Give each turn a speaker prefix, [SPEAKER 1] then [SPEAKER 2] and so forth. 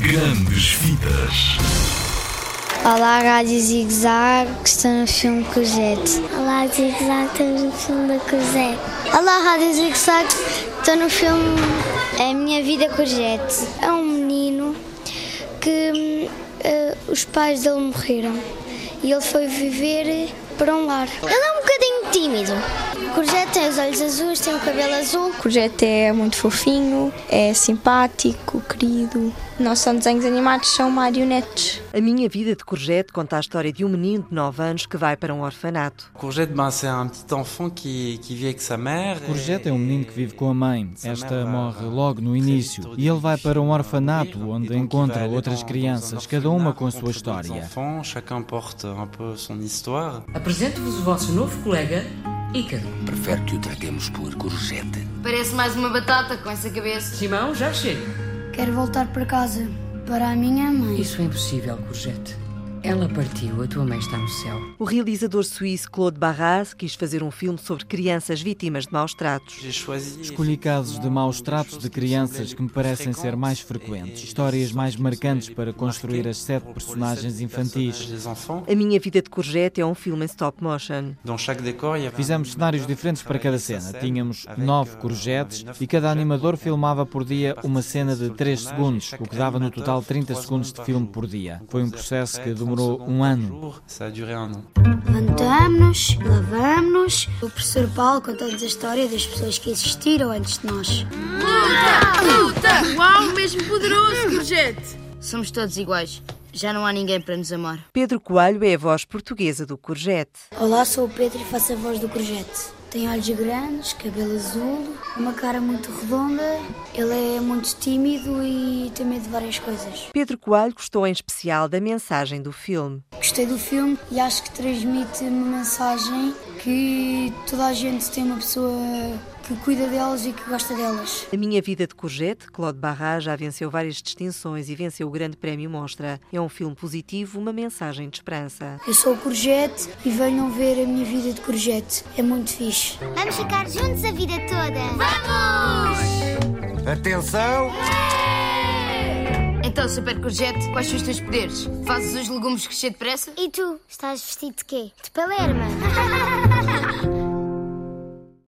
[SPEAKER 1] Grandes Vidas.
[SPEAKER 2] Olá, Rádio Zig Zag, que está no filme Cosette.
[SPEAKER 3] Olá, Zig Zag, estamos no filme da Cosette.
[SPEAKER 2] Olá, Rádio Zig Zag, estou no filme A Minha Vida Cosette. É um menino que hum, uh, os pais dele morreram e ele foi viver para um lar. Ele é um bocadinho tímido. Cosette tem os olhos azuis, tem o cabelo azul.
[SPEAKER 4] Cosette é muito fofinho, é simpático, querido. Não são desenhos animados, são marionetes.
[SPEAKER 5] A Minha Vida de Courgette conta a história de um menino de 9 anos que vai para um orfanato.
[SPEAKER 6] Courgette, ben, c'est un petit enfant qui, qui vit avec sa mère.
[SPEAKER 7] Courgette é um menino que vive com a mãe. Esta morre logo no início e ele vai para um orfanato onde encontra outras crianças, cada uma com a sua história.
[SPEAKER 6] Chacun porte un peu son histoire.
[SPEAKER 8] Apresento-vos o vosso novo colega, Ícaro.
[SPEAKER 9] Prefere que o tratemos por Courgette.
[SPEAKER 10] Parece mais uma batata com essa cabeça.
[SPEAKER 8] Simão, já chega.
[SPEAKER 11] Quero voltar para casa, para a minha mãe.
[SPEAKER 8] Isso é impossível, Courgette. Ela partiu, a tua mãe está no céu.
[SPEAKER 5] O realizador suíço Claude Barras quis fazer um filme sobre crianças vítimas de maus tratos.
[SPEAKER 7] Escolhi casos de maus tratos de crianças que me parecem ser mais frequentes, histórias mais marcantes para construir as sete personagens infantis.
[SPEAKER 5] A Minha Vida de Courgette é um filme em stop motion.
[SPEAKER 7] Fizemos cenários diferentes para cada cena. Tínhamos nove courgettes e cada animador filmava por dia uma cena de 3 segundos, o que dava no total 30 segundos de filme por dia. Foi um processo que demorou demorou um ano.
[SPEAKER 11] Levantamos-nos, lavamos-nos. O professor Paulo conta-nos a história das pessoas que existiram antes de nós.
[SPEAKER 10] Luta! Luta! Uau, mesmo poderoso, Courgette!
[SPEAKER 12] Somos todos iguais. Já não há ninguém para nos amar.
[SPEAKER 5] Pedro Coelho é a voz portuguesa do Courgette.
[SPEAKER 11] Olá, sou o Pedro e faço a voz do Courgette. Tem olhos grandes, cabelo azul, uma cara muito redonda. Ele é muito tímido e tem medo de várias coisas.
[SPEAKER 5] Pedro Coelho gostou em especial da mensagem do filme.
[SPEAKER 11] Gostei do filme e acho que transmite uma mensagem que toda a gente tem uma pessoa que cuida delas e que gosta delas.
[SPEAKER 5] A Minha Vida de Courgette, Claude Barras, já venceu várias distinções e venceu o Grande Prémio Mostra. É um filme positivo, uma mensagem de esperança.
[SPEAKER 11] Eu sou o Courgette e venham ver a minha vida de Courgette. É muito fixe.
[SPEAKER 13] Vamos ficar juntos a vida toda.
[SPEAKER 14] Vamos! Atenção!
[SPEAKER 12] Então, Super Courgette, quais são os teus poderes? Fazes os legumes crescer depressa?
[SPEAKER 13] E tu? Estás vestido de quê? De palerma.